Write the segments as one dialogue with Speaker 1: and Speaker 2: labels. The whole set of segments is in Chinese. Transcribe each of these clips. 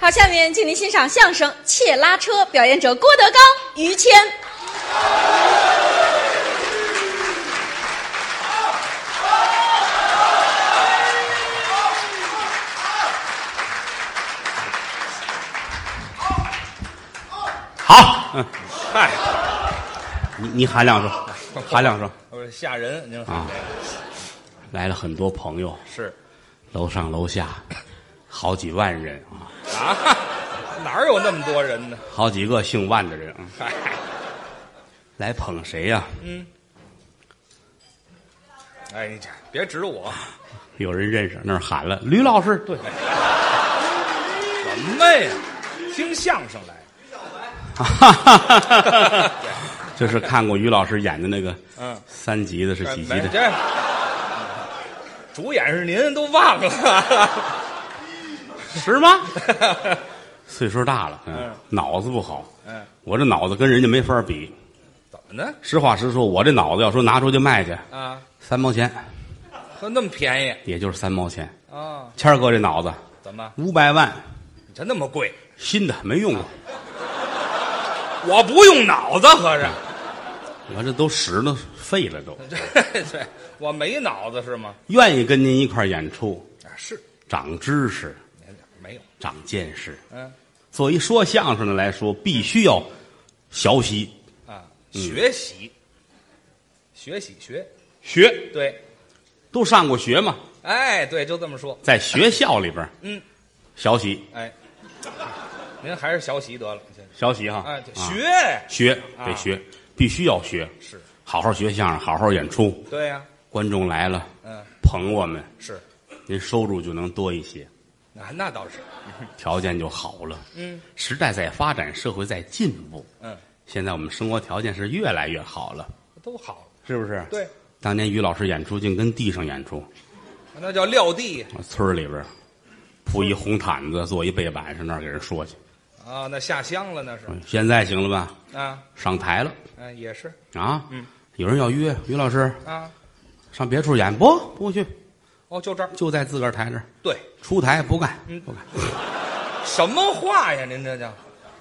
Speaker 1: 好，下面请您欣赏相声《切拉车》，表演者郭德纲、于谦。
Speaker 2: 好，嗯，
Speaker 3: 嗨，
Speaker 2: 你你喊两声，喊两声。
Speaker 3: 我说吓人，您说
Speaker 2: 啊来了很多朋友，
Speaker 3: 是
Speaker 2: 楼上楼下，好几万人啊，
Speaker 3: 啊？哪有那么多人呢？
Speaker 2: 好几个姓万的人啊，
Speaker 3: 嗨，
Speaker 2: 来捧谁呀、
Speaker 3: 哎，你这别指我，
Speaker 2: 有人认识，那儿喊了吕老师， 对
Speaker 3: 什么呀？听相声来，
Speaker 2: 这是看过于老师演的那个，
Speaker 3: 嗯
Speaker 2: 三级的是几级
Speaker 3: 哎没
Speaker 2: 的？
Speaker 3: 这主演是您，都忘了。
Speaker 2: 是吗？岁数大了，嗯
Speaker 3: 嗯，
Speaker 2: 脑子不好，
Speaker 3: 嗯，
Speaker 2: 我这脑子跟人家没法比。
Speaker 3: 怎么呢？
Speaker 2: 实话实说，我这脑子要说拿出去卖去，
Speaker 3: 啊，
Speaker 2: 三毛钱，
Speaker 3: 还那么便宜
Speaker 2: 也就是三毛钱。
Speaker 3: 啊？
Speaker 2: 谦儿哥这脑子
Speaker 3: 怎么？
Speaker 2: 五百万，
Speaker 3: 你这那么贵？
Speaker 2: 新的没用过，
Speaker 3: 我不用脑子，合着
Speaker 2: 我这都使了废了都。
Speaker 3: 这这我没脑子是吗？
Speaker 2: 愿意跟您一块儿演出，
Speaker 3: 啊，是
Speaker 2: 长知识，
Speaker 3: 没有，
Speaker 2: 长见识。
Speaker 3: 嗯
Speaker 2: 作为说相声的来说，必须要学习
Speaker 3: 啊，学习，学习学，
Speaker 2: 学，
Speaker 3: 对，
Speaker 2: 都上过学嘛，
Speaker 3: 哎，对，就这么说。
Speaker 2: 在学校里边儿
Speaker 3: 嗯，
Speaker 2: 学习
Speaker 3: 哎，您还是学习得了，现在
Speaker 2: 学习哈，
Speaker 3: 哎，对
Speaker 2: 啊
Speaker 3: 学、
Speaker 2: 学
Speaker 3: 啊
Speaker 2: 得学，必须要学，
Speaker 3: 是
Speaker 2: 好好学相声，好好演出。
Speaker 3: 对呀、
Speaker 2: 观众来了，
Speaker 3: 嗯，
Speaker 2: 捧我们，
Speaker 3: 是，
Speaker 2: 您收入就能多一些，
Speaker 3: 那那倒是，
Speaker 2: 条件就好了。
Speaker 3: 嗯，
Speaker 2: 时代在发展，社会在进步，
Speaker 3: 嗯，
Speaker 2: 现在我们生活条件是越来越好了，
Speaker 3: 都好了，
Speaker 2: 是不是？。
Speaker 3: 对，
Speaker 2: 当年于老师演出竟跟地上演出，
Speaker 3: 那叫撂地
Speaker 2: 我村儿里边儿铺一红毯子，做一被板，上那儿给人说去。
Speaker 3: 啊，那下乡了那是
Speaker 2: 现在行了吧？
Speaker 3: 啊，
Speaker 2: 上台了
Speaker 3: 嗯、也是
Speaker 2: 啊！有人要约于老师
Speaker 3: 啊，
Speaker 2: 上别处演，不不去，
Speaker 3: 哦，就这儿，
Speaker 2: 就在自个儿台这儿
Speaker 3: 对，
Speaker 2: 出台不干，
Speaker 3: 嗯
Speaker 2: 不干，
Speaker 3: 什么话呀？您这叫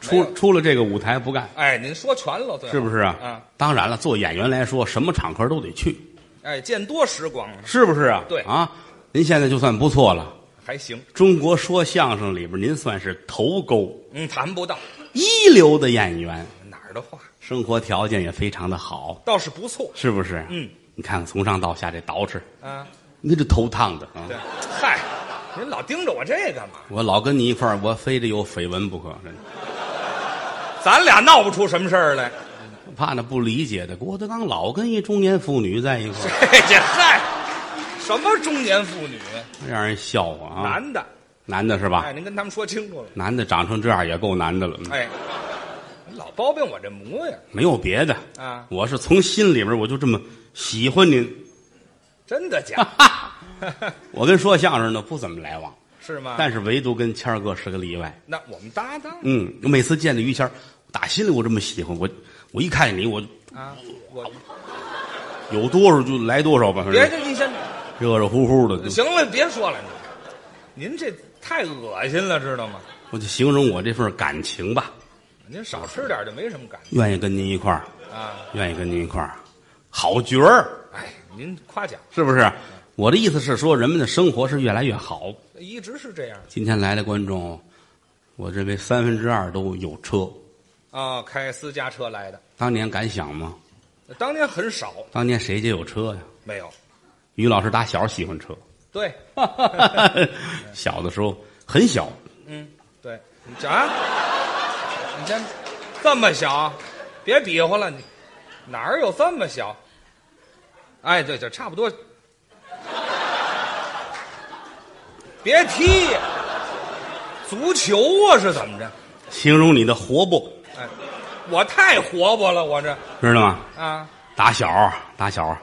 Speaker 3: 没有
Speaker 2: 出出了这个舞台不干，
Speaker 3: 哎，您说全了，对，
Speaker 2: 是不是啊？
Speaker 3: 啊，
Speaker 2: 当然了，做演员来说，什么场合都得去，
Speaker 3: 哎，见多识广了，
Speaker 2: 是不是啊？
Speaker 3: 对
Speaker 2: 啊，您现在就算不错了。
Speaker 3: 还行，
Speaker 2: 中国说相声里边，您算是头钩
Speaker 3: 嗯，谈不到
Speaker 2: 一流的演员，
Speaker 3: 哪儿的话，
Speaker 2: 生活条件也非常的好。
Speaker 3: 倒是不错
Speaker 2: 是不是？
Speaker 3: 嗯，
Speaker 2: 你看看从上到下这捯饬，
Speaker 3: 啊，
Speaker 2: 你这头烫的啊
Speaker 3: 对！，嗨，您老盯着我这干嘛？
Speaker 2: 我老跟你一块儿，我非得有绯闻不可，真的。
Speaker 3: 咱俩闹不出什么事儿来。
Speaker 2: 怕那不理解的，郭德纲老跟一中年妇女在一块 儿，
Speaker 3: 嘿这嗨，什么中年妇女，
Speaker 2: 让人笑话啊！
Speaker 3: 男的，
Speaker 2: 男的是吧
Speaker 3: 哎，？您跟他们说清楚了。
Speaker 2: 男的长成这样也够难的了，嗯
Speaker 3: 哎， 你老包庇我这模样
Speaker 2: 没有别的
Speaker 3: 啊
Speaker 2: 我是从心里边我就这么喜欢您，
Speaker 3: 真的假的？
Speaker 2: 我跟说相声的不怎么来往，
Speaker 3: 是吗？
Speaker 2: 但是唯独跟谦儿哥是个例外。
Speaker 3: 那我们搭档
Speaker 2: 嗯，我每次见着于谦儿，打心里我这么喜欢我，我一看见你我
Speaker 3: 啊，我
Speaker 2: 有多少就来多少吧，反正
Speaker 3: 别这你先
Speaker 2: 热热乎乎的，
Speaker 3: 行了，别说了，您这太恶心了，知道吗？
Speaker 2: 我就形容我这份感情吧，
Speaker 3: 您少吃点就没什么感
Speaker 2: 愿意跟您一块儿，
Speaker 3: 觉啊。
Speaker 2: 愿意跟您一块儿，好角儿，
Speaker 3: 哎，您夸奖，
Speaker 2: 是不是？我的意思是说，人们的生活是越来越好。
Speaker 3: 一直是这样
Speaker 2: 今天来的观众，我认为三分之二都有车。
Speaker 3: 啊。开私家车来的，
Speaker 2: 当年敢想吗？
Speaker 3: 当年很少
Speaker 2: 当年谁家有车呀？
Speaker 3: 没有。
Speaker 2: 于老师打小喜欢车，
Speaker 3: 对，
Speaker 2: 小的时候很小，
Speaker 3: 嗯，对，你这啊，你这这么小，别比划了，你哪儿有这么小？哎，对，就差不多。别踢足球啊，是怎么着？
Speaker 2: 形容你的活泼，
Speaker 3: 哎，我太活泼了，我这
Speaker 2: 知道吗？
Speaker 3: 啊
Speaker 2: 打小打小，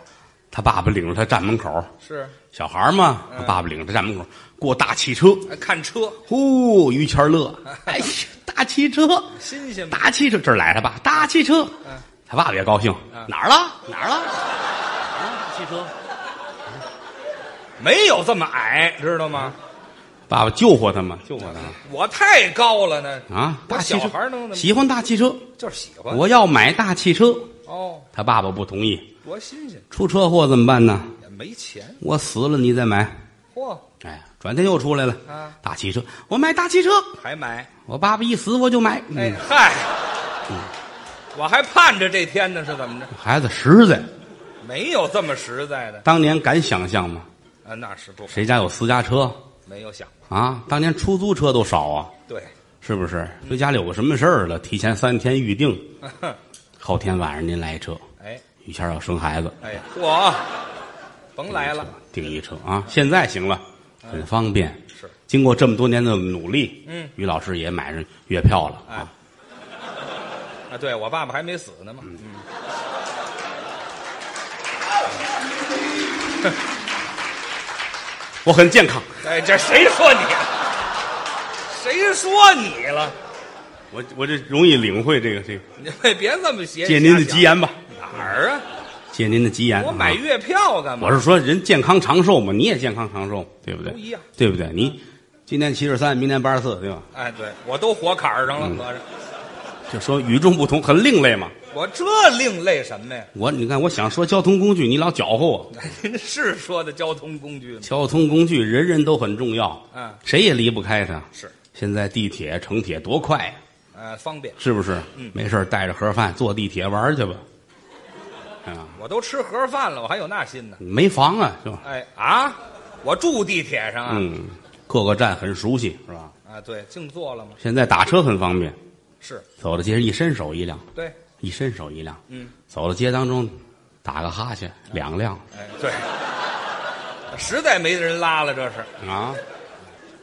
Speaker 2: 他爸爸领着他站门口，
Speaker 3: 是
Speaker 2: 小孩儿嘛，他爸爸领着他站门口过大汽车，
Speaker 3: 哎看车
Speaker 2: 呼，于谦儿乐，哎呀，大汽车，
Speaker 3: 新鲜吗？
Speaker 2: 大汽车，这儿来他爸，大汽车，他爸爸也高兴，哪儿了哪儿了，啊，汽车，
Speaker 3: 没有这么矮，知道吗？
Speaker 2: 爸爸救活他嘛，救活他
Speaker 3: 我太高了呢，
Speaker 2: 啊！
Speaker 3: 我
Speaker 2: 大汽
Speaker 3: 小
Speaker 2: 车
Speaker 3: 孩能怎么
Speaker 2: 喜欢大汽车，
Speaker 3: 就是喜欢
Speaker 2: 我要买大汽车。
Speaker 3: 哦，
Speaker 2: 他爸爸不同意，
Speaker 3: 多新鲜，
Speaker 2: 出车祸怎么办呢？
Speaker 3: 也没钱，
Speaker 2: 我死了你再买。
Speaker 3: 嚯，
Speaker 2: 哎，转天又出来了，
Speaker 3: 啊
Speaker 2: 大汽车，我买大汽车。
Speaker 3: 还买，
Speaker 2: 我爸爸一死我就买。
Speaker 3: 哎
Speaker 2: 嗯，
Speaker 3: 嗨，我还盼着这天呢，是怎么着？
Speaker 2: 嗯孩子实在，
Speaker 3: 没有这么实在的
Speaker 2: 当年敢想象吗？
Speaker 3: 啊，那是不
Speaker 2: 谁家有私家车
Speaker 3: 没有想过，
Speaker 2: 啊？当年出租车都少啊，
Speaker 3: 对，
Speaker 2: 是不是？说家里有个什么事儿了，提前三天预定，后天晚上您来一车。
Speaker 3: 哎
Speaker 2: 于谦儿要生孩子，
Speaker 3: 哎，嚯，甭来了，
Speaker 2: 订一车啊！现在行了，很方便。
Speaker 3: 是，
Speaker 2: 经过这么多年的努力，
Speaker 3: 嗯，
Speaker 2: 于老师也买上月票了啊。
Speaker 3: 啊，对我爸爸还没死呢嘛，嗯。
Speaker 2: 我很健康，
Speaker 3: 哎，这谁说你啊？谁说你了？
Speaker 2: 我我这容易领会这个这个。
Speaker 3: 你别这么邪。
Speaker 2: 借您的吉
Speaker 3: 言
Speaker 2: 言吧，
Speaker 3: 哪儿啊？
Speaker 2: 借您的吉言。
Speaker 3: 我买
Speaker 2: 啊
Speaker 3: 月票干嘛？
Speaker 2: 我是说人健康长寿嘛，你也健康长寿，对不对？
Speaker 3: 不一样
Speaker 2: 对不对？你今年七十三，明年八十四，对吧？
Speaker 3: 哎，对我都活坎儿上了，
Speaker 2: 嗯
Speaker 3: 合着
Speaker 2: 就说与众不同，很另类嘛。
Speaker 3: 我这另类什么呀？
Speaker 2: 我你看，我想说交通工具，你老搅和我。
Speaker 3: 哎您是说的交通工具吗？
Speaker 2: 交通工具人人都很重要，
Speaker 3: 嗯
Speaker 2: 谁也离不开它。
Speaker 3: 是，
Speaker 2: 现在地铁、城铁多快呀，
Speaker 3: 呃，方便。
Speaker 2: 是不是？
Speaker 3: 嗯
Speaker 2: 没事儿带着盒饭坐地铁玩儿去吧。啊，
Speaker 3: 我都吃盒饭了，我还有那心呢。
Speaker 2: 没房啊，是吧？
Speaker 3: 哎啊，我住地铁上啊。
Speaker 2: 嗯，各个站很熟悉，是吧？
Speaker 3: 啊，对，静坐了吗？
Speaker 2: 现在打车很方便，
Speaker 3: 是
Speaker 2: 走到街上一伸手一辆，
Speaker 3: 对，
Speaker 2: 一伸手一辆，
Speaker 3: 嗯，
Speaker 2: 走到街当中，打个哈欠，两辆
Speaker 3: 哎对， 实在没人拉了，这是
Speaker 2: 啊，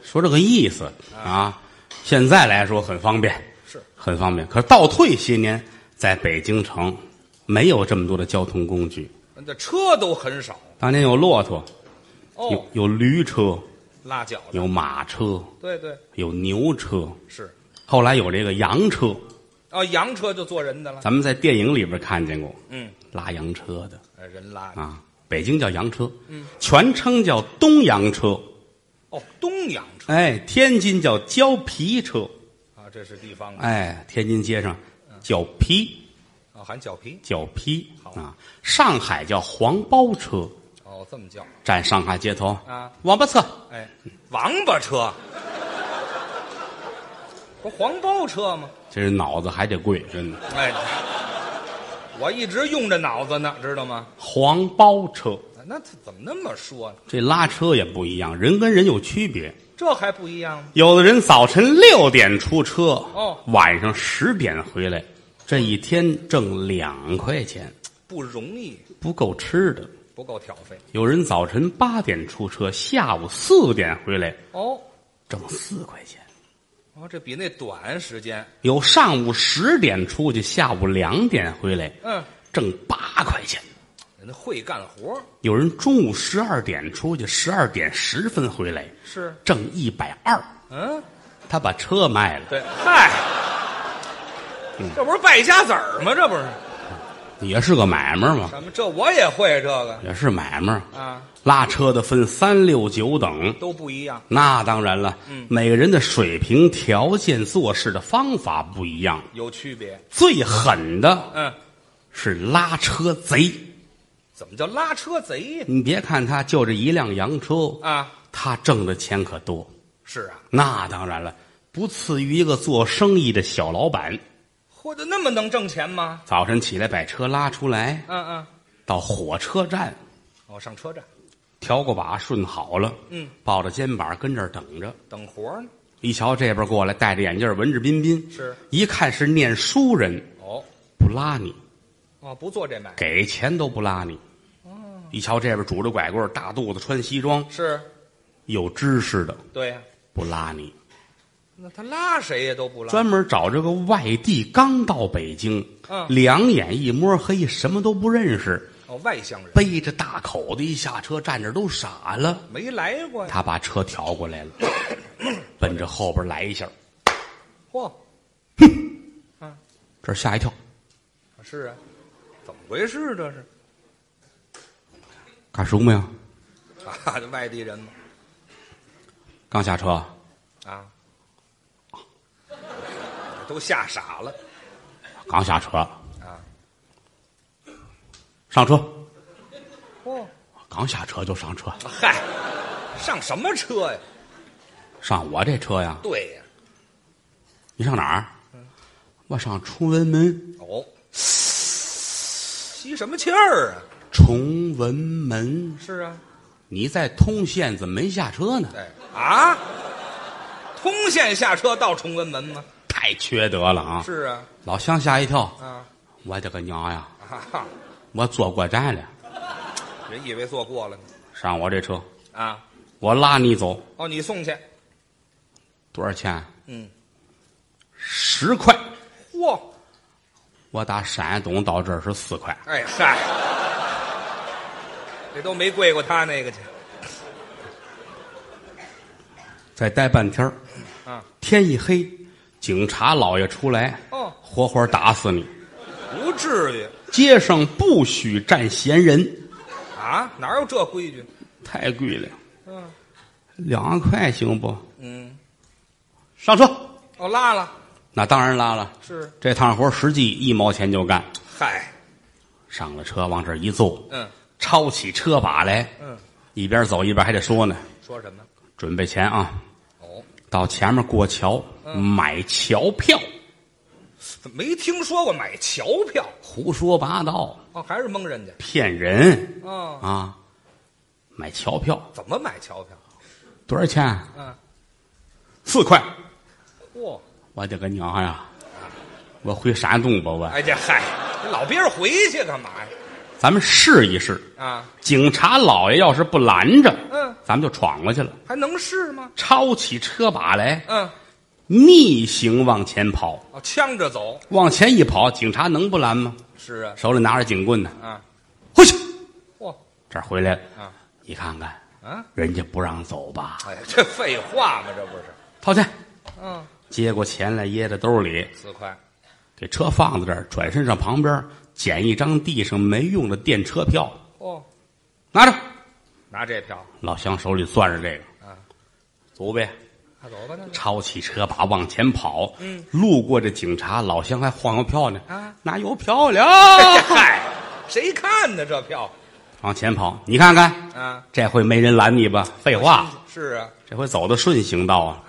Speaker 2: 说这个意思啊。现在来说很方便，
Speaker 3: 是
Speaker 2: 很方便。可是倒退些年，在北京城没有这么多的交通工具，
Speaker 3: 这车都很少
Speaker 2: 当年有骆驼，有
Speaker 3: 哦，
Speaker 2: 有驴车，
Speaker 3: 拉饺子。
Speaker 2: 有马车，
Speaker 3: 对对
Speaker 2: 有牛车，
Speaker 3: 是。
Speaker 2: 后来有这个洋车，
Speaker 3: 哦，洋车就坐人的了。
Speaker 2: 咱们在电影里边看见过
Speaker 3: 嗯，
Speaker 2: 拉洋车的
Speaker 3: 哎人拉的。
Speaker 2: 啊，北京叫洋车，全称叫东洋车。
Speaker 3: 哦，东洋车
Speaker 2: 哎，天津叫胶皮车，
Speaker 3: 啊，这是地方的
Speaker 2: 哎，天津街上叫皮
Speaker 3: 啊，喊脚皮。
Speaker 2: 叫皮
Speaker 3: 好
Speaker 2: 啊，上海叫黄包车，
Speaker 3: 哦，这么叫。
Speaker 2: 站上海街头
Speaker 3: 啊，
Speaker 2: 王八车，
Speaker 3: 哎，王八车，不黄包车吗？
Speaker 2: 这人脑子还得贵，真的
Speaker 3: 哎，我一直用着脑子呢，知道吗？
Speaker 2: 黄包车，
Speaker 3: 那他怎么那么说呢？
Speaker 2: 这拉车也不一样，人跟人有区别，
Speaker 3: 这还不一样吗？
Speaker 2: 有的人早晨六点出车，
Speaker 3: 哦
Speaker 2: 晚上十点回来，这一天挣两块钱，
Speaker 3: 不容易，
Speaker 2: 不够吃的。
Speaker 3: 不够挑费。
Speaker 2: 有人早晨八点出车，下午四点回来，
Speaker 3: 哦，
Speaker 2: 挣四块钱。
Speaker 3: 哦，这比那短时间。
Speaker 2: 有上午十点出去，下午两点回来，
Speaker 3: 嗯，
Speaker 2: 挣八块钱；
Speaker 3: 人家会干活
Speaker 2: 有人中午十二点出去，十二点十分回来，
Speaker 3: 是。
Speaker 2: 挣一百二。
Speaker 3: 嗯，
Speaker 2: 他把车卖了，
Speaker 3: 对，嗨，这不是败家子儿吗？这不是。
Speaker 2: 也是个买卖嘛，
Speaker 3: 什么？这我也会这个
Speaker 2: 也是买卖。
Speaker 3: 啊，
Speaker 2: 拉车的分三六九等，
Speaker 3: 都不一样。
Speaker 2: 那当然了，每个人的水平、条件、做事的方法不一样。
Speaker 3: 有区别。
Speaker 2: 最狠的
Speaker 3: 嗯，
Speaker 2: 是拉车贼，
Speaker 3: 怎么叫拉车贼呀？
Speaker 2: 你别看他就这一辆洋车，
Speaker 3: 啊，
Speaker 2: 他挣的钱可多。
Speaker 3: 是啊，
Speaker 2: 那当然了，不次于一个做生意的小老板。
Speaker 3: 活得那么能挣钱吗？
Speaker 2: 早晨起来把车拉出来，
Speaker 3: 嗯嗯，
Speaker 2: 到火车站
Speaker 3: 哦，上车站
Speaker 2: 调过把，顺好了，
Speaker 3: 嗯，
Speaker 2: 抱着肩膀跟这儿等着。
Speaker 3: 等活呢。
Speaker 2: 一瞧这边过来，戴着眼镜，文质彬彬，
Speaker 3: 是
Speaker 2: 一看是念书人，
Speaker 3: 哦
Speaker 2: 不拉你，
Speaker 3: 哦，不做这买卖
Speaker 2: 给钱都不拉你。一瞧这边拄着拐棍，大肚子，穿西装，
Speaker 3: 是，
Speaker 2: 有知识的
Speaker 3: 对呀、
Speaker 2: 不拉你，
Speaker 3: 那他拉谁也都不拉。
Speaker 2: 专门找这个外地刚到北京，
Speaker 3: 嗯
Speaker 2: 两眼一摸黑，什么都不认识，
Speaker 3: 哦，外乡人
Speaker 2: 背着大口子一下车，站着都傻了。
Speaker 3: 没来过呀。
Speaker 2: 他把车调过来了，奔着后边来一下，
Speaker 3: 嚯，
Speaker 2: 这吓一跳，
Speaker 3: 是啊，怎么回事？这是
Speaker 2: 干什么呀？
Speaker 3: 啊，这外地人嘛。
Speaker 2: 干刚下车，
Speaker 3: 啊，都吓傻了
Speaker 2: 刚下车，
Speaker 3: 啊！
Speaker 2: 上车，
Speaker 3: 哦，
Speaker 2: 刚下车就上车，
Speaker 3: 嗨，上什么车呀？
Speaker 2: 上我这车呀？
Speaker 3: 对呀，
Speaker 2: 你上哪儿？我上崇文门，
Speaker 3: 哦，吸什么气儿啊？
Speaker 2: 崇文门。
Speaker 3: 是啊，
Speaker 2: 你在通县怎么没下车呢？
Speaker 3: 哎啊，通县下车到崇文门吗？
Speaker 2: 太缺德了啊！
Speaker 3: 是啊，
Speaker 2: 老乡吓一跳，
Speaker 3: 啊
Speaker 2: 我的个娘呀！
Speaker 3: 哈哈，
Speaker 2: 我坐过站了，
Speaker 3: 人以为坐过了呢
Speaker 2: 上我这车，
Speaker 3: 啊！
Speaker 2: 我拉你走，
Speaker 3: 哦，你送去，
Speaker 2: 多少钱？啊
Speaker 3: 嗯，
Speaker 2: 十块。
Speaker 3: 嚯，
Speaker 2: 我打山东到这儿是四块，
Speaker 3: 哎嗨，这都没贵过他那个去
Speaker 2: 再待半天儿
Speaker 3: 啊！
Speaker 2: 天一黑，警察老爷出来，
Speaker 3: 哦
Speaker 2: 活活打死你！
Speaker 3: 不至于
Speaker 2: 街上不许站闲人，
Speaker 3: 啊，哪有这规矩？
Speaker 2: 太贵了，
Speaker 3: 嗯
Speaker 2: 两块行不？
Speaker 3: 嗯，
Speaker 2: 上车。
Speaker 3: 哦，拉了
Speaker 2: 那当然拉了，
Speaker 3: 是，
Speaker 2: 这趟活实际一毛钱就干。
Speaker 3: 嗨，
Speaker 2: 上了车，往这儿一坐，
Speaker 3: 嗯
Speaker 2: 抄起车把来，
Speaker 3: 嗯，
Speaker 2: 一边走一边还得说呢，
Speaker 3: 说什么？
Speaker 2: 准备钱啊。
Speaker 3: 哦，
Speaker 2: 到前面过桥、
Speaker 3: 嗯
Speaker 2: 买桥票，
Speaker 3: 怎么没听说过买桥票？
Speaker 2: 胡说八道，
Speaker 3: 哦，还是蒙人家？
Speaker 2: 骗人
Speaker 3: 哦，
Speaker 2: 啊！买桥票
Speaker 3: 怎么买桥票？
Speaker 2: 多少钱？
Speaker 3: 嗯，
Speaker 2: 四块。
Speaker 3: 嚯，
Speaker 2: 我的个娘呀！我回山东吧，我
Speaker 3: 哎呀嗨，你老憋着回去干嘛呀？
Speaker 2: 咱们试一试。
Speaker 3: 啊，
Speaker 2: 警察老爷要是不拦着，
Speaker 3: 嗯，
Speaker 2: 咱们就闯过去了。
Speaker 3: 还能是吗？
Speaker 2: 抄起车把来，
Speaker 3: 嗯，
Speaker 2: 逆行往前跑，
Speaker 3: 哦，呛着走
Speaker 2: 往前一跑，警察能不拦吗？
Speaker 3: 是啊，
Speaker 2: 手里拿着警棍呢，
Speaker 3: 啊，
Speaker 2: 回去。
Speaker 3: 嚯，
Speaker 2: 这儿回来了，
Speaker 3: 啊
Speaker 2: 你看看，
Speaker 3: 啊，
Speaker 2: 人家不让走吧？
Speaker 3: 哎呀，这废话嘛，这不是？
Speaker 2: 掏钱，
Speaker 3: 嗯，
Speaker 2: 接过钱来，掖在兜里，
Speaker 3: 四块，
Speaker 2: 给车放在这儿，转身上旁边捡一张地上没用的电车票，
Speaker 3: 哦，
Speaker 2: 拿着。
Speaker 3: 拿这票，
Speaker 2: 老乡手里攥着这个，
Speaker 3: 啊，
Speaker 2: 走呗，
Speaker 3: 那走吧， 那就
Speaker 2: 抄起车把往前跑。
Speaker 3: 嗯，
Speaker 2: 路过这警察，老乡还晃悠票呢。
Speaker 3: 啊，
Speaker 2: 哪有票 了？
Speaker 3: 嗨，谁看呢这票
Speaker 2: 往前跑，你看看，
Speaker 3: 啊？
Speaker 2: 这回没人拦你吧？废话，
Speaker 3: 是啊，
Speaker 2: 这回走的顺行道 啊。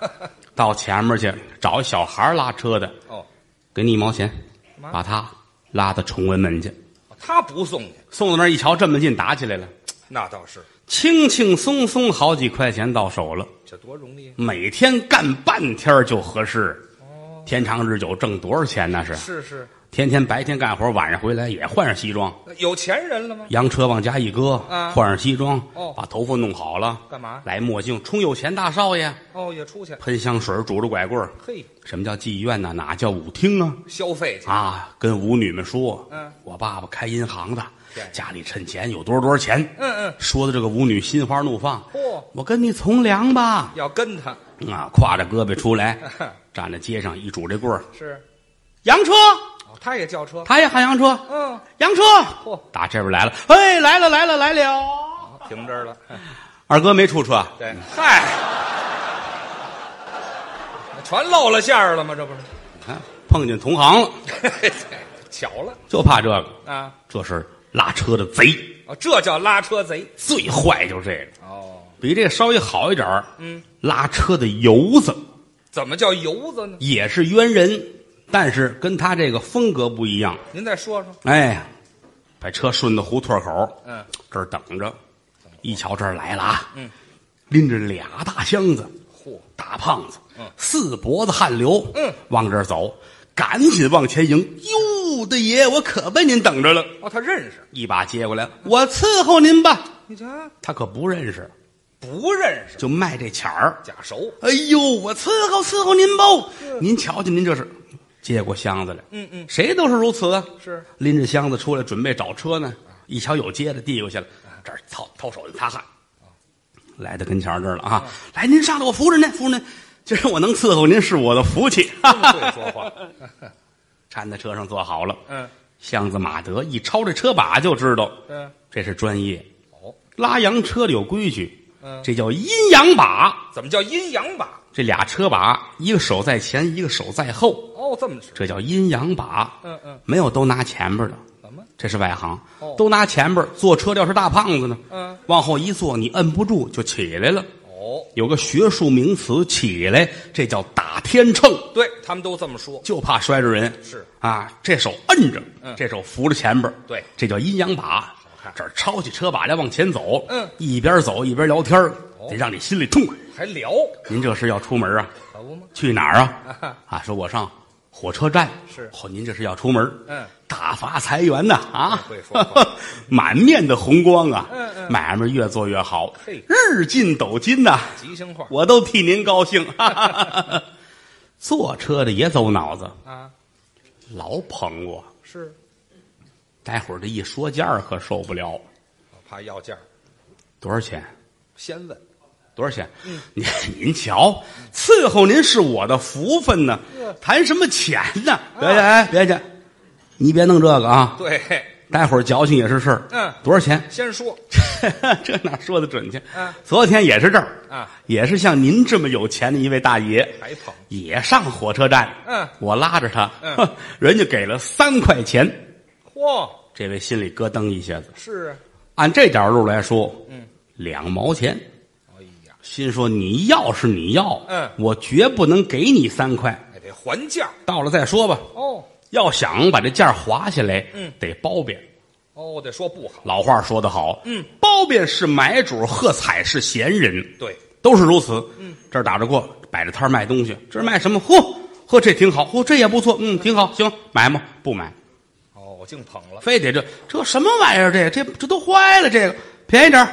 Speaker 2: 到前面去找一小孩拉车的，
Speaker 3: 哦，
Speaker 2: 给你一毛钱，
Speaker 3: 嘛
Speaker 2: 把他拉到崇文门去。
Speaker 3: 哦他不送去，
Speaker 2: 送到那儿一瞧，这么近，打起来了，
Speaker 3: 那倒是，
Speaker 2: 轻轻松松好几块钱到手了，
Speaker 3: 这多容易。
Speaker 2: 每天干半天儿就合适。
Speaker 3: 哦，
Speaker 2: 天长日久挣多少钱那是？
Speaker 3: 是是，
Speaker 2: 天天白天干活，晚上回来也换上西装，
Speaker 3: 那有钱人了吗？
Speaker 2: 洋车往家一搁，
Speaker 3: 啊
Speaker 2: 换上西装，
Speaker 3: 哦
Speaker 2: 把头发弄好了，
Speaker 3: 干嘛？
Speaker 2: 来墨镜，充有钱大少爷，
Speaker 3: 哦，也出去，
Speaker 2: 喷香水，拄着拐棍儿
Speaker 3: 嘿，
Speaker 2: 什么叫妓院呢？哪叫舞厅啊？
Speaker 3: 消费去。
Speaker 2: 啊，跟舞女们说，
Speaker 3: 嗯
Speaker 2: 我爸爸开银行的
Speaker 3: 对，
Speaker 2: 家里趁钱有多少多少钱，
Speaker 3: 嗯嗯，
Speaker 2: 说的这个舞女心花怒放，
Speaker 3: 嚯
Speaker 2: 我跟你从良吧，
Speaker 3: 要跟他
Speaker 2: 啊，挎着胳膊出来，站在街上一拄这棍儿，
Speaker 3: 是，
Speaker 2: 洋车，
Speaker 3: 哦，他也叫车，
Speaker 2: 他也喊洋车，
Speaker 3: 嗯，
Speaker 2: 洋车，
Speaker 3: 嚯，
Speaker 2: 打这边来了，哎，来了来了来了，
Speaker 3: 哦停这儿了。
Speaker 2: 二哥没出车，啊
Speaker 3: 对，嗨， 全露了馅儿了吗？这不
Speaker 2: 你看碰见同行了，
Speaker 3: 是， 巧了
Speaker 2: 就怕这个，
Speaker 3: 啊！
Speaker 2: 这是拉车的贼，
Speaker 3: 哦，这叫拉车贼。
Speaker 2: 最坏就是这个，
Speaker 3: 哦，
Speaker 2: 比这个稍微好一点儿
Speaker 3: 嗯，
Speaker 2: 拉车的油子。
Speaker 3: 怎么叫油子呢？
Speaker 2: 也是冤人，但是跟他这个风格不一样。
Speaker 3: 您再说说。
Speaker 2: 哎，把车顺到胡同口，
Speaker 3: 嗯，
Speaker 2: 这儿等着。一瞧这儿来了啊，
Speaker 3: 嗯，
Speaker 2: 拎着俩大箱子，
Speaker 3: 嚯，
Speaker 2: 大胖子，
Speaker 3: 嗯，
Speaker 2: 四脖子汗流，
Speaker 3: 嗯，
Speaker 2: 往这儿走，赶紧往前迎。哟，大爷，我可被您等着了！
Speaker 3: 哦，他认识
Speaker 2: 一把接过来，我伺候您吧。
Speaker 3: 你瞧，
Speaker 2: 他可不认识，
Speaker 3: 不认识，
Speaker 2: 就卖这钱儿。
Speaker 3: 假熟。
Speaker 2: 哎呦，我伺候伺候您吧。您瞧瞧，您这是接过箱子来，
Speaker 3: 嗯嗯，
Speaker 2: 谁都是如此啊。
Speaker 3: 是
Speaker 2: 拎着箱子出来，准备找车呢，一瞧有接的，递过去了，这儿掏掏手就擦汗，来到跟前儿这儿了啊！
Speaker 3: 嗯
Speaker 2: 来，您上来，我扶着您，扶着您。今儿我能伺候您是我的福 气。哈哈
Speaker 3: 会说话。
Speaker 2: 搀在车上坐好了，
Speaker 3: 嗯
Speaker 2: 箱子马德一抄这车把就知道，
Speaker 3: 嗯，
Speaker 2: 这是专业
Speaker 3: 哦，
Speaker 2: 拉洋车的有规矩，
Speaker 3: 嗯嗯
Speaker 2: 这叫阴阳把。
Speaker 3: 怎么叫阴阳把？
Speaker 2: 这俩车把，一个手在前，一个手在后，
Speaker 3: 哦，这么吃，
Speaker 2: 这叫阴阳把。
Speaker 3: 嗯嗯，
Speaker 2: 没有都拿前边的，
Speaker 3: 怎么？
Speaker 2: 这是外行
Speaker 3: 哦。
Speaker 2: 都拿前边坐车的要是大胖子呢，
Speaker 3: 嗯，
Speaker 2: 往后一坐，你摁不住就起来了。
Speaker 3: 哦，
Speaker 2: 有个学术名词，起来这叫打天秤，
Speaker 3: 对他们都这么说，
Speaker 2: 就怕摔着人。
Speaker 3: 是
Speaker 2: 啊，这手摁着，
Speaker 3: 嗯
Speaker 2: 这手扶着前边，
Speaker 3: 对
Speaker 2: 这叫阴阳把。
Speaker 3: 看
Speaker 2: 这儿抄起车把来往前走，
Speaker 3: 嗯哦
Speaker 2: 一边走一边聊天儿得让你心里痛快。
Speaker 3: 还聊，
Speaker 2: 您这是要出门啊？
Speaker 3: 可不吗？
Speaker 2: 去哪儿啊
Speaker 3: 啊？
Speaker 2: 啊，说我上火车站。
Speaker 3: 是
Speaker 2: 哦，您这是要出门？
Speaker 3: 嗯，
Speaker 2: 大发财源呐啊！
Speaker 3: 会说话
Speaker 2: 满面的红光啊！
Speaker 3: 嗯嗯
Speaker 2: 买卖越做越好
Speaker 3: 嘿，
Speaker 2: 日进斗金呐、
Speaker 3: 吉祥话
Speaker 2: 我都替您高 兴。坐车的也走脑子，
Speaker 3: 啊，
Speaker 2: 老捧我，
Speaker 3: 是，
Speaker 2: 待会儿这一说价儿可受不了。
Speaker 3: 我怕要价儿，
Speaker 2: 多少钱？
Speaker 3: 先问，
Speaker 2: 多少钱？
Speaker 3: 嗯
Speaker 2: 您 您瞧，伺候您是我的福分呢，
Speaker 3: 嗯
Speaker 2: 谈什么钱呢？
Speaker 3: 啊
Speaker 2: 别介，哎，别介，你别弄这个啊！
Speaker 3: 对，
Speaker 2: 待会儿矫情也是事儿。
Speaker 3: 嗯
Speaker 2: 多少钱？
Speaker 3: 先说，
Speaker 2: 这 哪说得准去？
Speaker 3: 嗯
Speaker 2: 昨天也是这儿
Speaker 3: 啊，
Speaker 2: 也是像您这么有钱的一位大爷，
Speaker 3: 还捧，
Speaker 2: 也上火车站。
Speaker 3: 嗯
Speaker 2: 我拉着他，
Speaker 3: 嗯
Speaker 2: 哼人家给了三块钱，
Speaker 3: 嚯，
Speaker 2: 这位心里咯噔一下子。
Speaker 3: 是啊，
Speaker 2: 按这条路来说，
Speaker 3: 嗯，
Speaker 2: 两毛钱。
Speaker 3: 哎呀，
Speaker 2: 心说你要是你要，
Speaker 3: 嗯
Speaker 2: 我绝不能给你三块，
Speaker 3: 还得还价儿，
Speaker 2: 到了再说吧。
Speaker 3: 哦，
Speaker 2: 要想把这价划下来，
Speaker 3: 嗯
Speaker 2: 得包贬。
Speaker 3: 哦，得说不好，
Speaker 2: 老话说得好，
Speaker 3: 嗯，
Speaker 2: 包贬是买主，喝彩是闲人，
Speaker 3: 对，
Speaker 2: 都是如此。嗯，这儿打着过，摆着摊儿卖东西，这儿卖什么？嚯，嚯，这挺好，嚯，这也不错，嗯，挺好，行，买吗？不买，
Speaker 3: 哦，我净捧了，
Speaker 2: 非得这这什么玩意儿？这这这都坏了，这个便宜点儿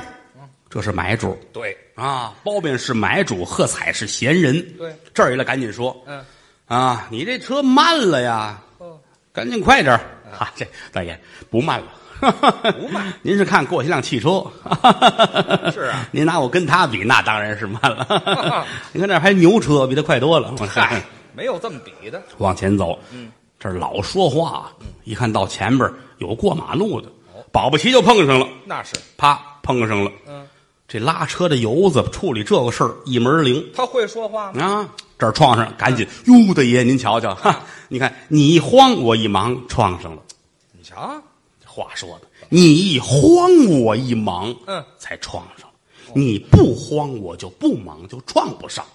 Speaker 2: 这是买主，
Speaker 3: 对，
Speaker 2: 啊，包贬是买主，喝彩是闲人。
Speaker 3: 对，
Speaker 2: 这儿一来赶紧说，
Speaker 3: 嗯，
Speaker 2: 啊，你这车慢了呀，
Speaker 3: 哦，
Speaker 2: 赶紧快点儿。哈、这大爷不慢了。不
Speaker 3: 慢，
Speaker 2: 您是看过去辆汽车，
Speaker 3: 是啊，
Speaker 2: 您拿我跟他比，那当然是慢了。你看这儿还牛车，比他快多了。嗨，
Speaker 3: 没有这么比的，
Speaker 2: 往前走，嗯，这儿老说话，啊一看到前边儿有过马路的，保不齐就碰上了，
Speaker 3: 那是，
Speaker 2: 啪碰上了。
Speaker 3: 嗯，
Speaker 2: 这拉车的油子处理这个事儿一门儿灵，
Speaker 3: 他会说话吗？
Speaker 2: 啊，这儿撞上，赶紧，
Speaker 3: 嗯
Speaker 2: 哟，大爷您瞧瞧，哈，你看你一慌我一忙，撞上了。
Speaker 3: 你瞧，
Speaker 2: 话说的，你一慌我一忙，
Speaker 3: 嗯
Speaker 2: 才撞上了。你不慌我就不忙，就撞不上。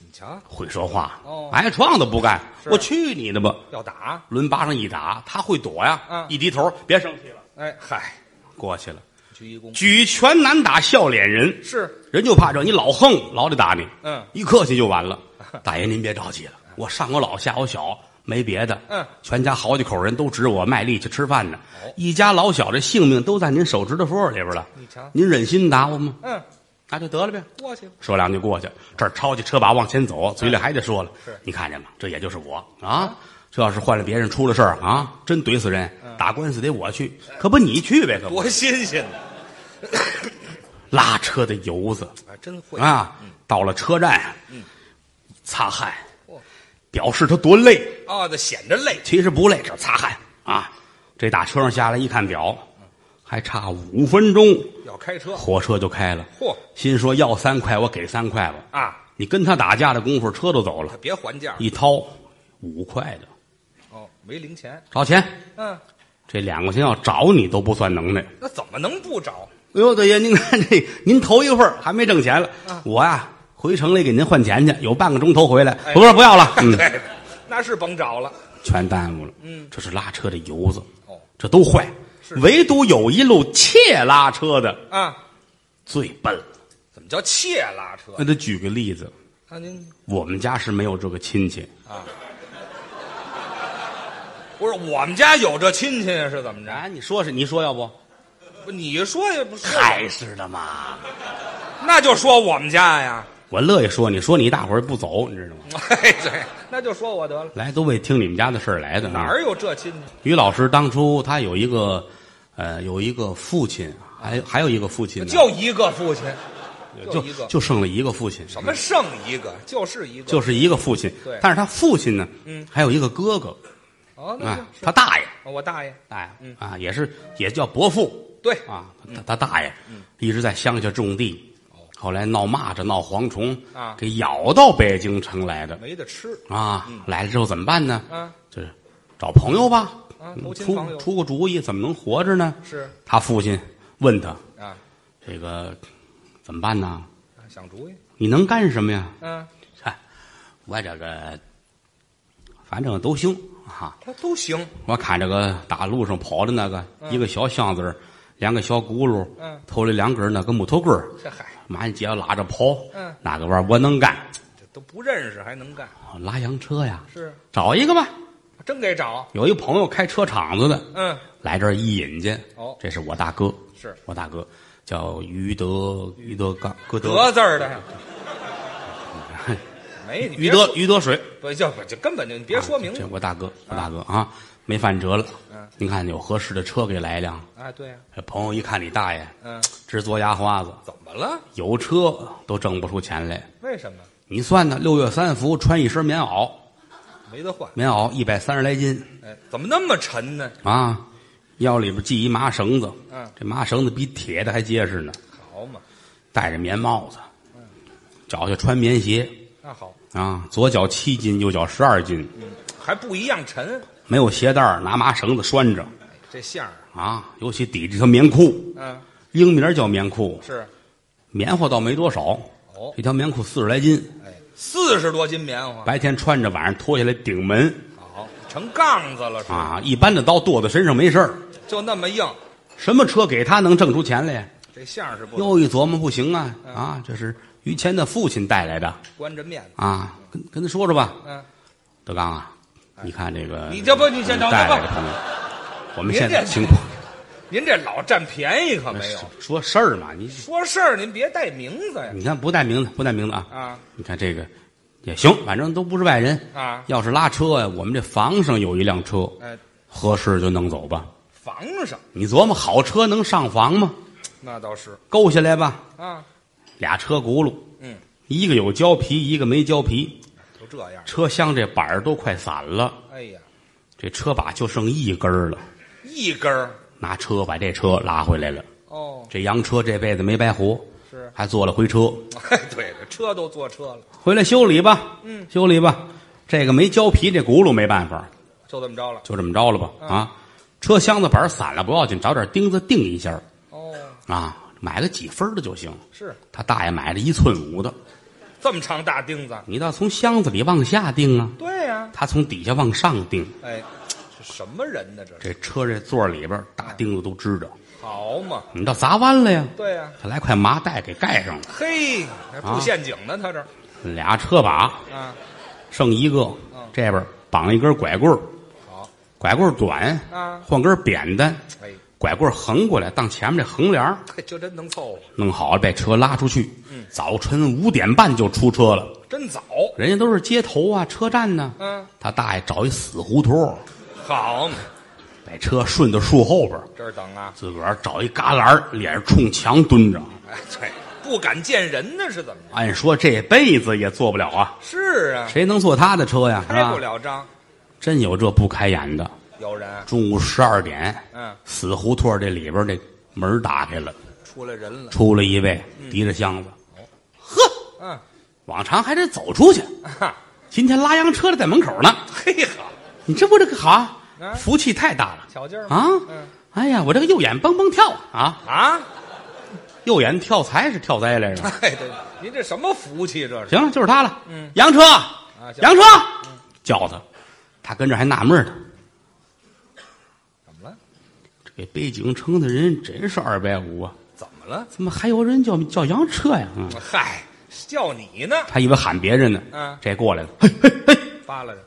Speaker 3: 你瞧，
Speaker 2: 会说话，
Speaker 3: 哦
Speaker 2: 挨撞都不干，
Speaker 3: 是
Speaker 2: 我去你的吧！
Speaker 3: 要打，
Speaker 2: 抡巴掌一打，他会躲呀，
Speaker 3: 嗯
Speaker 2: 一低头，别生气了，
Speaker 3: 哎，嗨，
Speaker 2: 过去了。
Speaker 3: 鞠一躬，
Speaker 2: 举拳难打笑脸人，
Speaker 3: 是，
Speaker 2: 人就怕这，你老横，老得打你。
Speaker 3: 嗯
Speaker 2: 一客气就完 了。大爷，您别着急了，我上有老下有小，没别的。
Speaker 3: 嗯，
Speaker 2: 全家好几口人都指着我卖力气吃饭呢，一家老小这性命都在您手指头缝里边了。
Speaker 3: 你瞧
Speaker 2: 您忍心打我吗？
Speaker 3: 嗯，
Speaker 2: 那就得了呗。嗯
Speaker 3: 过去吧，
Speaker 2: 说两句过去，这儿抄起车把往前走，嘴里还得说了
Speaker 3: 是：“
Speaker 2: 你看见吗？这也就是我啊！这要是换了别人出了事儿啊，真怼死人！打官司得我去，可不你去呗？可不
Speaker 3: 多新鲜呢，
Speaker 2: 拉车的油子，
Speaker 3: 还哎真会，
Speaker 2: 啊，到了车站，
Speaker 3: 嗯
Speaker 2: 擦汗
Speaker 3: 嚯，
Speaker 2: 表示他多累，
Speaker 3: 啊，得显着累，
Speaker 2: 其实不累，这擦汗啊。这打车上下来一看表，还差五分钟，
Speaker 3: 要开车，
Speaker 2: 火车就开了。
Speaker 3: 嚯
Speaker 2: 心说要三块，我给三块吧。
Speaker 3: 啊，
Speaker 2: 你跟他打架的功夫，车都走了，
Speaker 3: 别还价，
Speaker 2: 一掏五块的，
Speaker 3: 哦，没零钱，
Speaker 2: 找钱。
Speaker 3: 嗯，
Speaker 2: 这两块钱要找你都不算能耐。
Speaker 3: 那怎么能不找？
Speaker 2: 哎呦，大爷，您看这，您头一会儿还没挣钱了，
Speaker 3: 啊
Speaker 2: 我呀、回城里给您换钱去，有半个钟头回来。
Speaker 3: 哎
Speaker 2: 不是，不要了。嗯，
Speaker 3: 对，那是甭找了。
Speaker 2: 全耽误了。
Speaker 3: 嗯，
Speaker 2: 这是拉车的油子，
Speaker 3: 哦，
Speaker 2: 这都坏，唯独有一路窃拉车的
Speaker 3: 啊，
Speaker 2: 最笨了。
Speaker 3: 怎么叫窃拉车？
Speaker 2: 那得举个例子，
Speaker 3: 啊，您
Speaker 2: 我们家是没有这个亲戚，
Speaker 3: 不是我们家有这亲戚是怎么着？
Speaker 2: 哎，你说是你说要不？
Speaker 3: 不，你说也不说，
Speaker 2: 还是的嘛，
Speaker 3: 那就说我们家呀。
Speaker 2: 我乐意说，你说你一大伙儿不走，你知道吗？
Speaker 3: 哎，对，那就说我得了。
Speaker 2: 来，都为听你们家的事儿来的。
Speaker 3: 哪
Speaker 2: 啊？
Speaker 3: 儿有这亲戚？
Speaker 2: 于老师当初他有一个，呃，有一个父亲，还还有一个父亲呢，
Speaker 3: 就一个父亲，
Speaker 2: 就
Speaker 3: 就一个，
Speaker 2: 就剩了一个父亲，
Speaker 3: 什么剩一个，就是一个，
Speaker 2: 就是一个父亲
Speaker 3: 对，
Speaker 2: 但是他父亲呢，
Speaker 3: 嗯
Speaker 2: 还有一个哥哥
Speaker 3: 哦，那
Speaker 2: 啊
Speaker 3: 就，是
Speaker 2: 他大爷。
Speaker 3: 哦我大爷，
Speaker 2: 大爷，
Speaker 3: 嗯
Speaker 2: 啊，也是也叫伯父
Speaker 3: 对，嗯
Speaker 2: 啊，他他大爷一直在乡下种地，后来闹蚂蚱、闹蝗虫
Speaker 3: 啊
Speaker 2: 给咬到北京城来的
Speaker 3: 没得嗯吃
Speaker 2: 啊。来了之后怎么办呢？
Speaker 3: 啊，
Speaker 2: 就是找朋友吧，
Speaker 3: 啊
Speaker 2: 嗯
Speaker 3: 投亲访
Speaker 2: 出
Speaker 3: 友
Speaker 2: 出个主意，怎么能活着呢？
Speaker 3: 是
Speaker 2: 他父亲问他
Speaker 3: 啊，
Speaker 2: 这个怎么办呢？
Speaker 3: 啊想主意，
Speaker 2: 你能干什么呀？
Speaker 3: 嗯，
Speaker 2: 嗨，我这个反正都行啊。
Speaker 3: 他都行，
Speaker 2: 我看这个大路上跑的那个，一个小箱子儿，两个小轱辘，
Speaker 3: 嗯
Speaker 2: 头里两根那个木头棍儿，
Speaker 3: 这嗨，
Speaker 2: 满街拉着跑，
Speaker 3: 嗯
Speaker 2: 那个玩意儿我能干，
Speaker 3: 这都不认识还能干，
Speaker 2: 拉洋车呀，
Speaker 3: 是
Speaker 2: 找一个吧。
Speaker 3: 真给找，
Speaker 2: 有一朋友开车厂子的，
Speaker 3: 嗯，
Speaker 2: 来这儿一引去，
Speaker 3: 哦
Speaker 2: 这是我大哥，
Speaker 3: 是
Speaker 2: 我大哥叫于德于德刚歌
Speaker 3: 德
Speaker 2: 德
Speaker 3: 字儿的，没你
Speaker 2: 于
Speaker 3: 别
Speaker 2: 德于德水，
Speaker 3: 不就不就根本就你别说明
Speaker 2: 啊这
Speaker 3: 白
Speaker 2: 我大哥我大哥啊，没饭辙了，
Speaker 3: 嗯
Speaker 2: 您看有合适的车给来一辆。
Speaker 3: 啊，对呀，
Speaker 2: 这朋友一看你大爷
Speaker 3: 嗯，
Speaker 2: 直嘬牙花子，
Speaker 3: 怎么了？
Speaker 2: 有车都挣不出钱来。
Speaker 3: 为什么
Speaker 2: 你算呢？六月三伏穿一身棉袄，
Speaker 3: 没得换？
Speaker 2: 棉袄一百三十来斤
Speaker 3: 哎，怎么那么沉呢？
Speaker 2: 啊，腰里边系一麻绳子，
Speaker 3: 嗯
Speaker 2: 这麻绳子比铁的还结实呢。
Speaker 3: 好嘛，
Speaker 2: 戴着棉帽子，脚下穿棉鞋
Speaker 3: 那好，
Speaker 2: 啊，左脚七斤，右脚十二斤，
Speaker 3: 嗯，还不一样沉，
Speaker 2: 没有鞋带儿拿麻绳子拴着
Speaker 3: 哎这相儿啊，
Speaker 2: 啊，尤其抵这条棉裤，
Speaker 3: 嗯，
Speaker 2: 英名叫棉裤，
Speaker 3: 是啊
Speaker 2: 棉花倒没多少，
Speaker 3: 哦
Speaker 2: 这，条棉裤四十来斤，
Speaker 3: 哎，四十多斤棉花，
Speaker 2: 白天穿着，晚上脱下来顶门
Speaker 3: 好，成杠子了是吧？
Speaker 2: 啊，一般的刀剁在身上没事儿。
Speaker 3: 就那么硬，
Speaker 2: 什么车给他能挣出钱来呀？
Speaker 3: 这相是不嗯能
Speaker 2: 又一琢磨，不行啊啊！这是于谦的父亲带来的
Speaker 3: 关着面子。
Speaker 2: 啊，跟跟他说说吧，
Speaker 3: 嗯，
Speaker 2: 德刚啊，你看这个，
Speaker 3: 哎你这不你先等
Speaker 2: 带
Speaker 3: 等吧
Speaker 2: 来的朋友，我们
Speaker 3: 您
Speaker 2: 现在
Speaker 3: 这
Speaker 2: 情况
Speaker 3: 您这老占便宜可没有。
Speaker 2: 说事儿嘛，你
Speaker 3: 说事儿您别带名字呀。
Speaker 2: 你看不带名字，不带名字啊，
Speaker 3: 啊
Speaker 2: 你看这个也行，反正都不是外人
Speaker 3: 啊
Speaker 2: 要是拉车呀，我们这房上有一辆车，
Speaker 3: 哎，
Speaker 2: 合适就弄走吧。
Speaker 3: 防上
Speaker 2: 你琢磨，好车能上房吗？
Speaker 3: 那倒是
Speaker 2: 勾下来吧，
Speaker 3: 啊，
Speaker 2: 俩车轱辘，
Speaker 3: 嗯，
Speaker 2: 一个有胶皮，一个没胶皮。
Speaker 3: 就这样。
Speaker 2: 车厢这板儿都快散了，
Speaker 3: 哎呀，
Speaker 2: 这车把就剩一根儿了。
Speaker 3: 一根儿
Speaker 2: 拿车把这车拉回来了，
Speaker 3: 哦，
Speaker 2: 这洋车这辈子没白活，
Speaker 3: 是
Speaker 2: 还坐了回车，
Speaker 3: 哎，对了，车都坐车了，
Speaker 2: 回来修理吧，嗯，修理吧。这个没胶皮，这轱辘没办法，
Speaker 3: 就这么着了。
Speaker 2: 就这么着了吧啊！车厢子板儿散了不要紧，找点钉子钉一下儿
Speaker 3: 哦，
Speaker 2: 啊，买个几分儿的就行。
Speaker 3: 是
Speaker 2: 他大爷买了一寸五的，
Speaker 3: 这么长大钉子。
Speaker 2: 你倒从箱子里往下钉啊，
Speaker 3: 对呀、
Speaker 2: 他从底下往上钉，
Speaker 3: 哎，这什么人呢？这是
Speaker 2: 这车这座儿里边儿大钉子都支着，
Speaker 3: 好嘛？
Speaker 2: 你倒砸弯了呀。
Speaker 3: 对呀、
Speaker 2: 他来块麻袋给盖上了，
Speaker 3: 嘿，还布陷阱呢，他这儿
Speaker 2: 俩车把
Speaker 3: 啊，
Speaker 2: 剩一个
Speaker 3: 嗯，
Speaker 2: 这边绑一根拐棍儿，
Speaker 3: 好
Speaker 2: 拐棍儿短
Speaker 3: 啊，
Speaker 2: 换根扁担，
Speaker 3: 哎，
Speaker 2: 拐棍儿横过来当前面这横梁儿，
Speaker 3: 嘿就真能凑合，
Speaker 2: 弄好了被车拉出去。
Speaker 3: 嗯
Speaker 2: 早晨五点半就出车了，
Speaker 3: 真早。
Speaker 2: 人家都是街头啊、车站呢。
Speaker 3: 嗯，
Speaker 2: 他大爷找一死胡同，
Speaker 3: 好嘛，
Speaker 2: 把车顺着树后边儿，
Speaker 3: 这儿等啊。
Speaker 2: 自个儿找一旮旯儿，脸儿冲墙蹲着。
Speaker 3: 哎，对，不敢见人呢，是怎么着？
Speaker 2: 按说这辈子也做不了啊，
Speaker 3: 是啊，
Speaker 2: 谁能坐他的车呀？是
Speaker 3: 开
Speaker 2: 吧
Speaker 3: 不？了张，
Speaker 2: 真有这不开眼的。
Speaker 3: 有人
Speaker 2: 中午十二点，
Speaker 3: 嗯
Speaker 2: 死胡同这里边这门儿打开了，
Speaker 3: 出来人了。
Speaker 2: 出来一位，提着箱子，呵，
Speaker 3: 嗯，
Speaker 2: 往常还得走出去，
Speaker 3: 哈，
Speaker 2: 今天拉洋车的在门口呢。
Speaker 3: 啊嘿好，
Speaker 2: 你这不这个好啊
Speaker 3: 嗯，
Speaker 2: 福气太大了
Speaker 3: 巧劲儿嘛
Speaker 2: 啊
Speaker 3: 嗯！
Speaker 2: 哎呀，我这个右眼蹦蹦跳啊，
Speaker 3: 啊，
Speaker 2: 右眼跳财是跳灾来着。
Speaker 3: 哎，对，您这什么福气这是？
Speaker 2: 行了，就是他了。
Speaker 3: 嗯
Speaker 2: 洋车，
Speaker 3: 行
Speaker 2: 洋车，
Speaker 3: 嗯
Speaker 2: 叫他，他跟这还纳闷呢。
Speaker 3: 怎么了？
Speaker 2: 这给北京城的人真是二百五啊，
Speaker 3: 怎么了？
Speaker 2: 怎么还有人叫叫洋车呀？嗯。
Speaker 3: 嗨，叫你呢，
Speaker 2: 他以为喊别人呢。
Speaker 3: 嗯
Speaker 2: 这过来了，嘿嘿嘿，
Speaker 3: 扒拉着，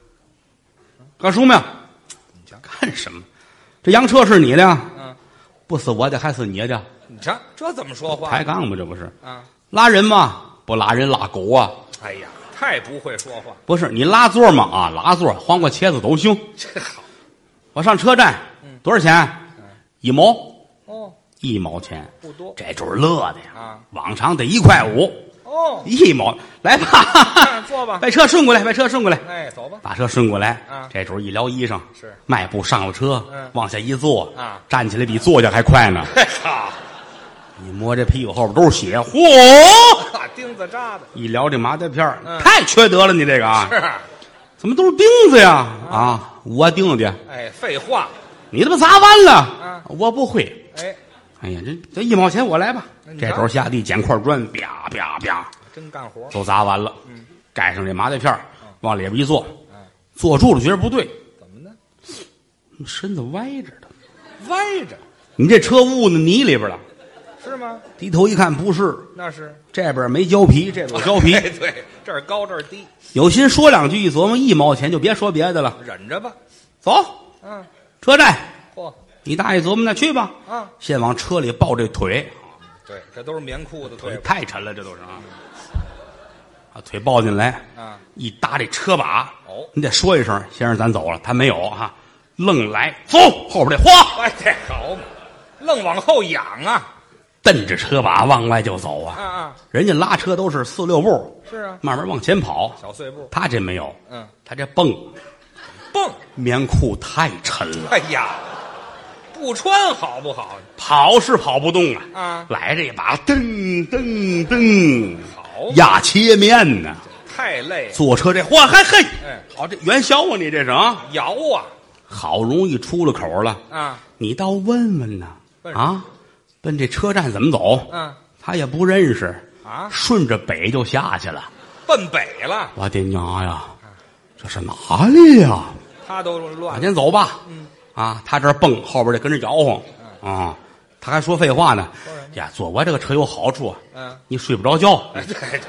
Speaker 2: 干什么呀？
Speaker 3: 你瞧，
Speaker 2: 干什么？这洋车是你的呀？
Speaker 3: 嗯，
Speaker 2: 不是我的，还是你的？
Speaker 3: 你瞧，这怎么说话
Speaker 2: 抬杠吗？这不是
Speaker 3: 啊？
Speaker 2: 拉人吗？不拉人拉狗啊？
Speaker 3: 哎呀，太不会说话，
Speaker 2: 不是你拉座吗？啊，拉座，黄瓜茄子都行。
Speaker 3: 这好
Speaker 2: 我上车站，
Speaker 3: 嗯
Speaker 2: 多少钱？一毛，
Speaker 3: 哦，
Speaker 2: 一毛钱。
Speaker 3: 不多
Speaker 2: 这主儿乐的呀
Speaker 3: 啊，
Speaker 2: 往常得一块五，
Speaker 3: 哦，
Speaker 2: 一毛。来
Speaker 3: 哎
Speaker 2: 吧，
Speaker 3: 坐吧
Speaker 2: 把车顺过来，把车顺过来。
Speaker 3: 哎，走 吧，
Speaker 2: 把车顺过来，
Speaker 3: 啊
Speaker 2: 这主儿一撩衣裳，
Speaker 3: 是
Speaker 2: 迈步上了车，
Speaker 3: 嗯
Speaker 2: 往下一坐，
Speaker 3: 啊
Speaker 2: 站起来比坐下还快呢。
Speaker 3: 嘿好，
Speaker 2: 你摸这屁股后边都是血，嚯！
Speaker 3: 啊，钉子扎的，
Speaker 2: 一聊这麻袋片儿
Speaker 3: 嗯
Speaker 2: 太缺德了，你这个啊，
Speaker 3: 是嗯啊，
Speaker 2: 怎么都是钉子呀？啊，我钉了去，
Speaker 3: 哎，废话，
Speaker 2: 你他妈砸弯了
Speaker 3: 啊，
Speaker 2: 我不会。
Speaker 3: 哎，
Speaker 2: 哎呀，这这一毛钱我来吧
Speaker 3: 那，你
Speaker 2: 这
Speaker 3: 拿
Speaker 2: 头下地捡块砖，啪啪啪，
Speaker 3: 真干活，
Speaker 2: 都砸完了，盖上这麻袋片儿往里边一坐
Speaker 3: 嗯，
Speaker 2: 坐住了觉得不对，
Speaker 3: 怎么呢？
Speaker 2: 身子歪着的，
Speaker 3: 歪着
Speaker 2: 你这车误那泥里边了。
Speaker 3: 是吗？
Speaker 2: 低头一看，不是，
Speaker 3: 那是
Speaker 2: 这边没胶皮，这边有胶皮。
Speaker 3: 哎对，这儿高这儿低，
Speaker 2: 有心说两句，一琢磨一毛钱就别说别的了，
Speaker 3: 忍着吧，
Speaker 2: 走
Speaker 3: 嗯，
Speaker 2: 车站。
Speaker 3: 嚯，
Speaker 2: 你大爷琢磨那去吧，
Speaker 3: 啊，
Speaker 2: 先往车里抱这腿，
Speaker 3: 对，这都是棉裤子，对吧？
Speaker 2: 太沉了，这都是啊。把腿抱进来，
Speaker 3: 啊，
Speaker 2: 一搭这车把，
Speaker 3: 哦
Speaker 2: 你得说一声，先生，咱走了。他没有啊，愣来，走，后边这哗，
Speaker 3: 哎，这好嘛，愣往后仰啊，
Speaker 2: 蹬着车把往外就走
Speaker 3: 啊
Speaker 2: 啊。
Speaker 3: 啊，
Speaker 2: 人家拉车都是四六步，
Speaker 3: 是啊，
Speaker 2: 慢慢往前跑，
Speaker 3: 小碎步，
Speaker 2: 他这没有，
Speaker 3: 嗯，
Speaker 2: 他这蹦，
Speaker 3: 蹦，
Speaker 2: 棉裤太沉了，
Speaker 3: 哎呀，不穿好不好？
Speaker 2: 跑是跑不动啊。
Speaker 3: 啊
Speaker 2: 来这一把，噔噔噔，
Speaker 3: 好嘛，
Speaker 2: 压切面呢、
Speaker 3: 太累 了，
Speaker 2: 坐车这嚯嘿嘿，
Speaker 3: 哎
Speaker 2: 好这元宵啊，你这是啊，
Speaker 3: 摇啊
Speaker 2: 好容易出了口了，
Speaker 3: 啊，
Speaker 2: 你倒问问呐，
Speaker 3: 问什么
Speaker 2: 啊，奔这车站怎么走？
Speaker 3: 嗯
Speaker 2: 他也不认识
Speaker 3: 啊
Speaker 2: 顺着北就下去了。
Speaker 3: 奔北了，
Speaker 2: 我的娘呀，
Speaker 3: 啊
Speaker 2: 这是哪里呀？
Speaker 3: 他都
Speaker 2: 往
Speaker 3: 乱了，
Speaker 2: 前走吧。
Speaker 3: 嗯
Speaker 2: 啊，他这儿蹦，后边这跟着摇晃。啊，他还说废话呢
Speaker 3: 说什。么
Speaker 2: 呀，坐我这个车有好处啊，
Speaker 3: 嗯，
Speaker 2: 你睡不着觉，
Speaker 3: 哎对，对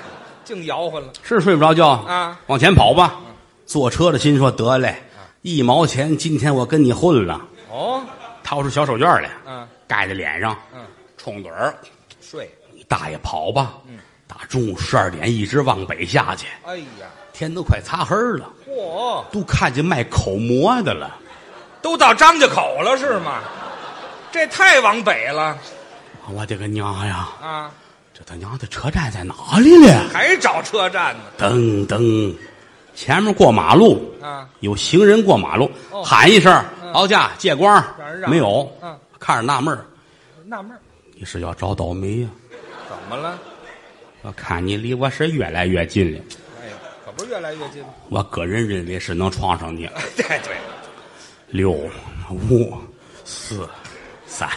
Speaker 3: 净摇晃了，
Speaker 2: 是睡不着觉
Speaker 3: 啊。嗯
Speaker 2: 往前跑吧。坐车的心说得嘞，一毛钱，今天我跟你混了。
Speaker 3: 哦，
Speaker 2: 掏出小手绢来，
Speaker 3: 嗯
Speaker 2: 盖在脸上，
Speaker 3: 嗯，
Speaker 2: 冲盹儿。
Speaker 3: 睡，
Speaker 2: 大爷跑吧，
Speaker 3: 嗯
Speaker 2: 打中午十二点一直往北下去，
Speaker 3: 哎呀，
Speaker 2: 天都快擦黑了，
Speaker 3: 嚯，
Speaker 2: 都看见卖口蘑的了。
Speaker 3: 都到张家口了是吗？这太往北了
Speaker 2: 我的个娘呀！
Speaker 3: 啊，
Speaker 2: 这他娘的车站在哪里了？
Speaker 3: 还找车站呢
Speaker 2: 噔噔，前面过马路，
Speaker 3: 啊，
Speaker 2: 有行人过马路，
Speaker 3: 哦
Speaker 2: 喊一声“劳驾借光
Speaker 3: 让人”，让
Speaker 2: 没有
Speaker 3: 嗯，
Speaker 2: 看着纳闷儿
Speaker 3: 纳闷儿
Speaker 2: 你是要找倒霉呀、
Speaker 3: 怎么了？
Speaker 2: 我看你离我是越来越近了，
Speaker 3: 哎呀，可不是越来越近吗？
Speaker 2: 我个人认为是能撞上你。
Speaker 3: 对对，
Speaker 2: 六、五、四、三、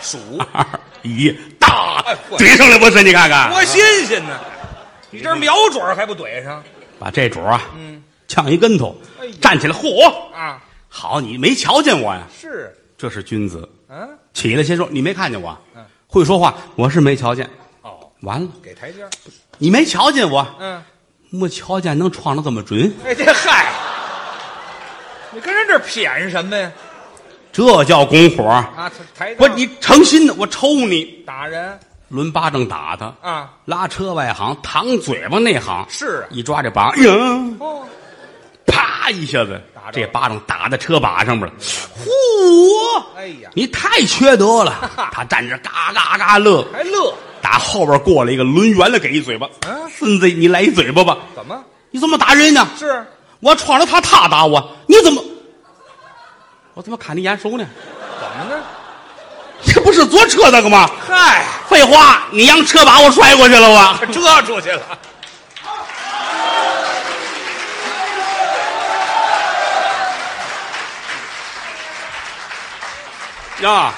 Speaker 3: 数，
Speaker 2: 二、一，大
Speaker 3: 哎我
Speaker 2: 怼上来不是？你看看，
Speaker 3: 多新鲜呢！ 你这瞄准儿还不怼上
Speaker 2: 把这主啊，
Speaker 3: 嗯，
Speaker 2: 呛一跟头
Speaker 3: 哎呀，
Speaker 2: 站起来，嚯！
Speaker 3: 啊？
Speaker 2: 好，你没瞧见我呀？
Speaker 3: 是，
Speaker 2: 这是君子。
Speaker 3: 嗯、
Speaker 2: 起来先说，你没看见我
Speaker 3: 嗯？
Speaker 2: 会说话，我是没瞧见。
Speaker 3: 哦，
Speaker 2: 完了，
Speaker 3: 给台阶儿，
Speaker 2: 你没瞧见我，
Speaker 3: 嗯，
Speaker 2: 没瞧见能撞得这么准，
Speaker 3: 哎，这 嗨，你跟人这儿谝什么呀？
Speaker 2: 这叫拱火。
Speaker 3: 啊，台阶
Speaker 2: 我
Speaker 3: 儿
Speaker 2: 你成心的，我抽你，
Speaker 3: 打人
Speaker 2: 抡巴掌打他，
Speaker 3: 啊？
Speaker 2: 拉车外行，搪嘴巴内行，
Speaker 3: 是啊，
Speaker 2: 一抓这把，哎呀，
Speaker 3: 哦，
Speaker 2: 啪一下子
Speaker 3: 打，着
Speaker 2: 这
Speaker 3: 了
Speaker 2: 巴掌打在车把上面了，嚯！
Speaker 3: 哎呀，
Speaker 2: 你太缺德了！他站着嘎嘎嘎乐，
Speaker 3: 还乐？
Speaker 2: 打后边过来一个抡圆了，给一嘴巴。
Speaker 3: 嗯
Speaker 2: 孙子，你来一嘴巴吧！
Speaker 3: 怎么
Speaker 2: 你怎么打人呢？
Speaker 3: 是？
Speaker 2: 我闯了他，他打我，你怎么？我怎么看你眼熟呢？
Speaker 3: 怎么呢？
Speaker 2: 这不是坐车那个吗？
Speaker 3: 嗨，
Speaker 2: 废话，你让车把我摔过去了吧？
Speaker 3: 遮出去了。
Speaker 2: 呀，